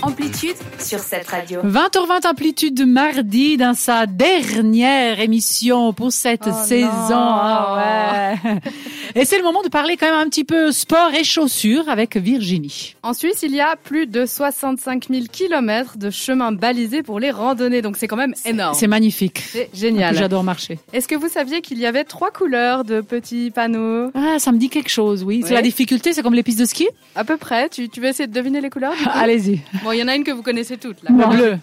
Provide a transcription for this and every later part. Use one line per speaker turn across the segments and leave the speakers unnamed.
Amplitude sur cette radio.
20h20 Amplitude de mardi dans sa dernière émission pour cette
Oh
saison.
non.
Ah ouais. et c'est le moment de parler quand même un petit peu sport et chaussures avec Virginie.
En Suisse, il y a plus de 65 000 kilomètres de chemins balisés pour les randonnées, donc c'est quand même énorme.
C'est magnifique.
C'est
En plus,
génial.
J'adore marcher.
Est-ce que vous saviez qu'il y avait trois couleurs de petits panneaux
Ah, ça me dit quelque chose, oui. C'est
Ouais.
la difficulté, c'est comme les pistes de ski
À peu près. Tu, tu veux essayer de deviner les couleurs du coup
Ah, Allez-y.
Bon, il y en a une que vous connaissez toutes là.
Le bleu,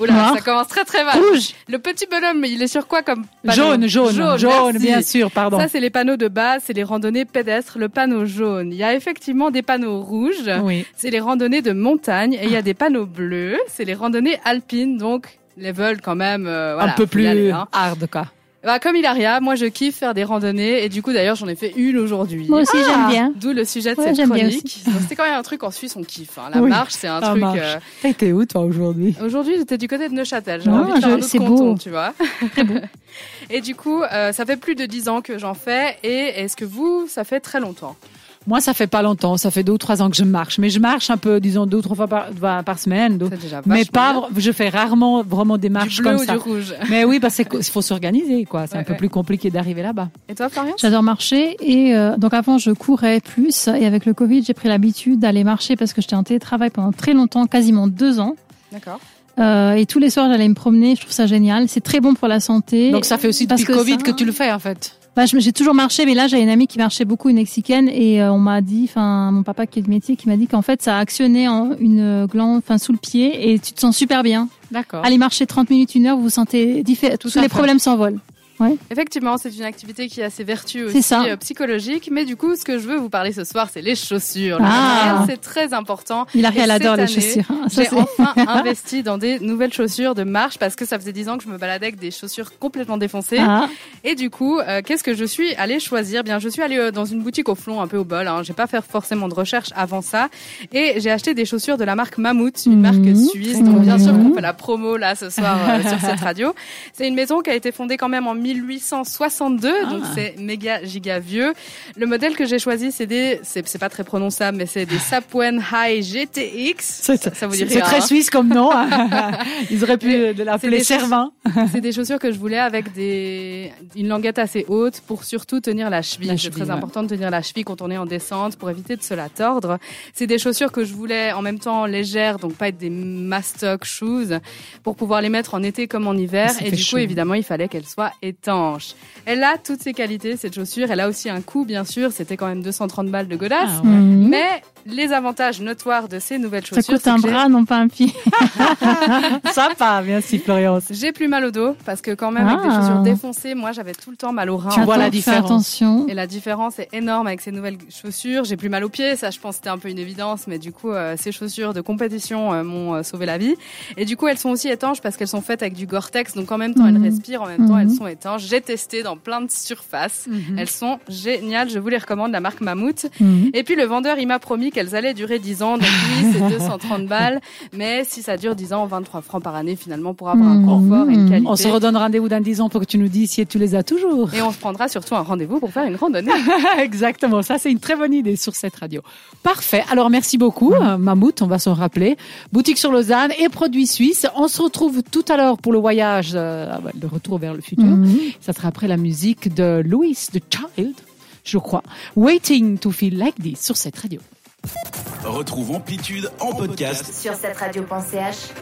Oula,
Noir.
ça commence très très mal.
rouge,
Le petit bonhomme, il est sur quoi comme panneau
jaune, jaune, jaune,
merci.
bien sûr, pardon.
Ça, c'est les panneaux de base, c'est les randonnées pédestres, le panneau jaune. Il y a effectivement des panneaux rouges.
oui.
C'est les randonnées de montagne et il
Ah.
y a des panneaux bleus. C'est les randonnées alpines, donc les veulent quand même. euh, voilà,
un peu
faut y aller,
plus
hein.
hard, quoi.
Bah, comme Ilaria, moi je kiffe faire des randonnées et du coup d'ailleurs j'en ai fait une aujourd'hui. Ah,
Moi aussi, j'aime bien.
D'où le sujet de
Ouais,
cette
j'aime bien
chronique. Donc, C'est quand même un truc en Suisse on kiffe. hein. La
Oui,
marche c'est un
la
truc. euh,
marche. T'as été où, toi, aujourd'hui
Aujourd'hui j'étais du côté de Neuchâtel. J'ai
Ah,
envie de faire
je-
un autre
c'est
canton,
beau.
tu vois. et du coup euh, ça fait plus de 10 ans que j'en fais et est-ce que vous ça fait très longtemps
Moi, ça fait pas longtemps, ça fait deux ou trois ans que je marche. Mais je marche un peu, disons, deux ou trois fois par, bah, par semaine. donc.
C'est déjà
mais
vachement
pas,
bien.
vr- je fais rarement vraiment des
du
marches
bleu
comme
ou
ça.
du rouge.
Mais oui, parce qu'il faut s'organiser, quoi. C'est un
Ouais,
peu
ouais.
plus compliqué d'arriver là-bas.
Et toi Florian
J'adore marcher et euh, donc avant je courais plus et avec le Covid j'ai pris l'habitude d'aller marcher parce que j'étais en télétravail pendant très longtemps, quasiment deux ans.
D'accord.
Euh, et tous les soirs j'allais me promener, je trouve ça génial, c'est très bon pour la santé.
Donc ça fait aussi
parce
depuis
que
Covid
ça-
que tu le fais, en fait.
Bah, je- j'ai toujours marché, mais là j'avais une amie qui marchait beaucoup, une mexicaine, et euh, on m'a dit, enfin mon papa qui est de métier, qui m'a dit qu'en fait ça actionnait en une euh, glande, enfin sous le pied, et tu te sens super bien.
D'accord.
Allez marcher 30 minutes, une heure, vous vous sentez différent,
Ah. Tout
tous
à
les
fait.
problèmes s'envolent.
Effectivement, c'est une activité qui a ses vertus
C'est
aussi
ça.
euh, psychologiques, mais du coup, ce que je veux vous parler ce soir, c'est les chaussures. Le
Ah.
matériel, c'est très important.
Il a
Et
elle adore les
cette année,
chaussures. hein. Ça,
J'ai
c'est-
enfin investi dans des nouvelles chaussures de marche parce que ça faisait 10 ans que je me baladais avec des chaussures complètement défoncées.
Ah.
Et du coup, euh, qu'est-ce que je suis allée choisir Bien, je suis allée euh, dans une boutique au flon, un peu au bol. Hein. J'ai pas fait forcément de recherche avant ça, et j'ai acheté des chaussures de la marque Mammouth, une
Mhm,
marque suisse.
très
Donc bien sûr
mignon.
qu'on fait la promo là ce soir euh, sur cette radio. C'est une maison qui a été fondée quand même en 1862, donc
Ah.
c'est méga giga vieux. Le modèle que j'ai choisi, c'est des, c'est c'est pas très prononçable, mais c'est des Sapwen High GTX. Ça, ça vous dit
c'est
rien,
très
hein.
suisse comme nom. Ils auraient pu
Mais
euh, l'appeler
des choses-
Servin.
C'est des chaussures que je voulais avec des une languette assez haute pour surtout tenir la cheville.
La
C'est
cheville,
très
ouais.
important de tenir la cheville quand on est en descente pour éviter de se la tordre. C'est des chaussures que je voulais en même temps légères, donc pas être des mastoc shoes, pour pouvoir les mettre en été comme en hiver.
Ça
Et
fait
du
chaud.
coup, évidemment, il fallait qu'elles soient étanches. Elle a toutes ses qualités, cette chaussure. Elle a aussi un coût, bien sûr. C'était quand même 230 balles de godasses.
Ah, ouais.
Mmh.
Mais les avantages notoires de ces nouvelles
Ça
chaussures,
coûte
c'est
un
que j'ai-
bras, non pas un pied.
Sympa, merci Florian.
J'ai plus mal au dos parce que quand même avec des
Ah.
chaussures défoncées, moi j'avais tout le temps mal au rein.
Tu vois la
Attends, fais
différence.
attention.
Et la différence est énorme avec ces nouvelles chaussures. J'ai plus mal aux pieds, ça je pense que c'était un peu une évidence, mais du coup euh, ces chaussures de compétition euh, m'ont euh, sauvé la vie. Et du coup elles sont aussi étanches parce qu'elles sont faites avec du Gore-Tex, donc en même temps elles
Mhm.
respirent, en même temps
Mhm.
elles sont étanches. J'ai testé dans plein de surfaces. Elles sont géniales, je vous les recommande, la marque Mammouth.
Mmh.
Et puis le vendeur, il m'a promis qu'elles allaient durer 10 ans, donc oui, c'est 230 balles, mais si ça dure 10 ans, 23 francs par année finalement pour avoir un
Mhm.
confort et une qualité.
On se redonne rendez-vous dans 10 ans pour que tu nous dises si tu les as toujours.
Et on se prendra surtout un rendez-vous pour faire une randonnée.
Exactement, ça c'est une très bonne idée sur cette radio. Parfait, alors merci beaucoup euh, Mammouth, on va s'en rappeler. Boutique sur Lausanne et produits suisses. On se retrouve tout à l'heure pour le voyage, euh, ah ouais, le retour vers le futur.
Mmh.
Ça sera après la musique de Louis, The Child, je crois. Waiting to feel like this sur cette radio.
Retrouve Amplitude en podcast
Sur cette radio.ch.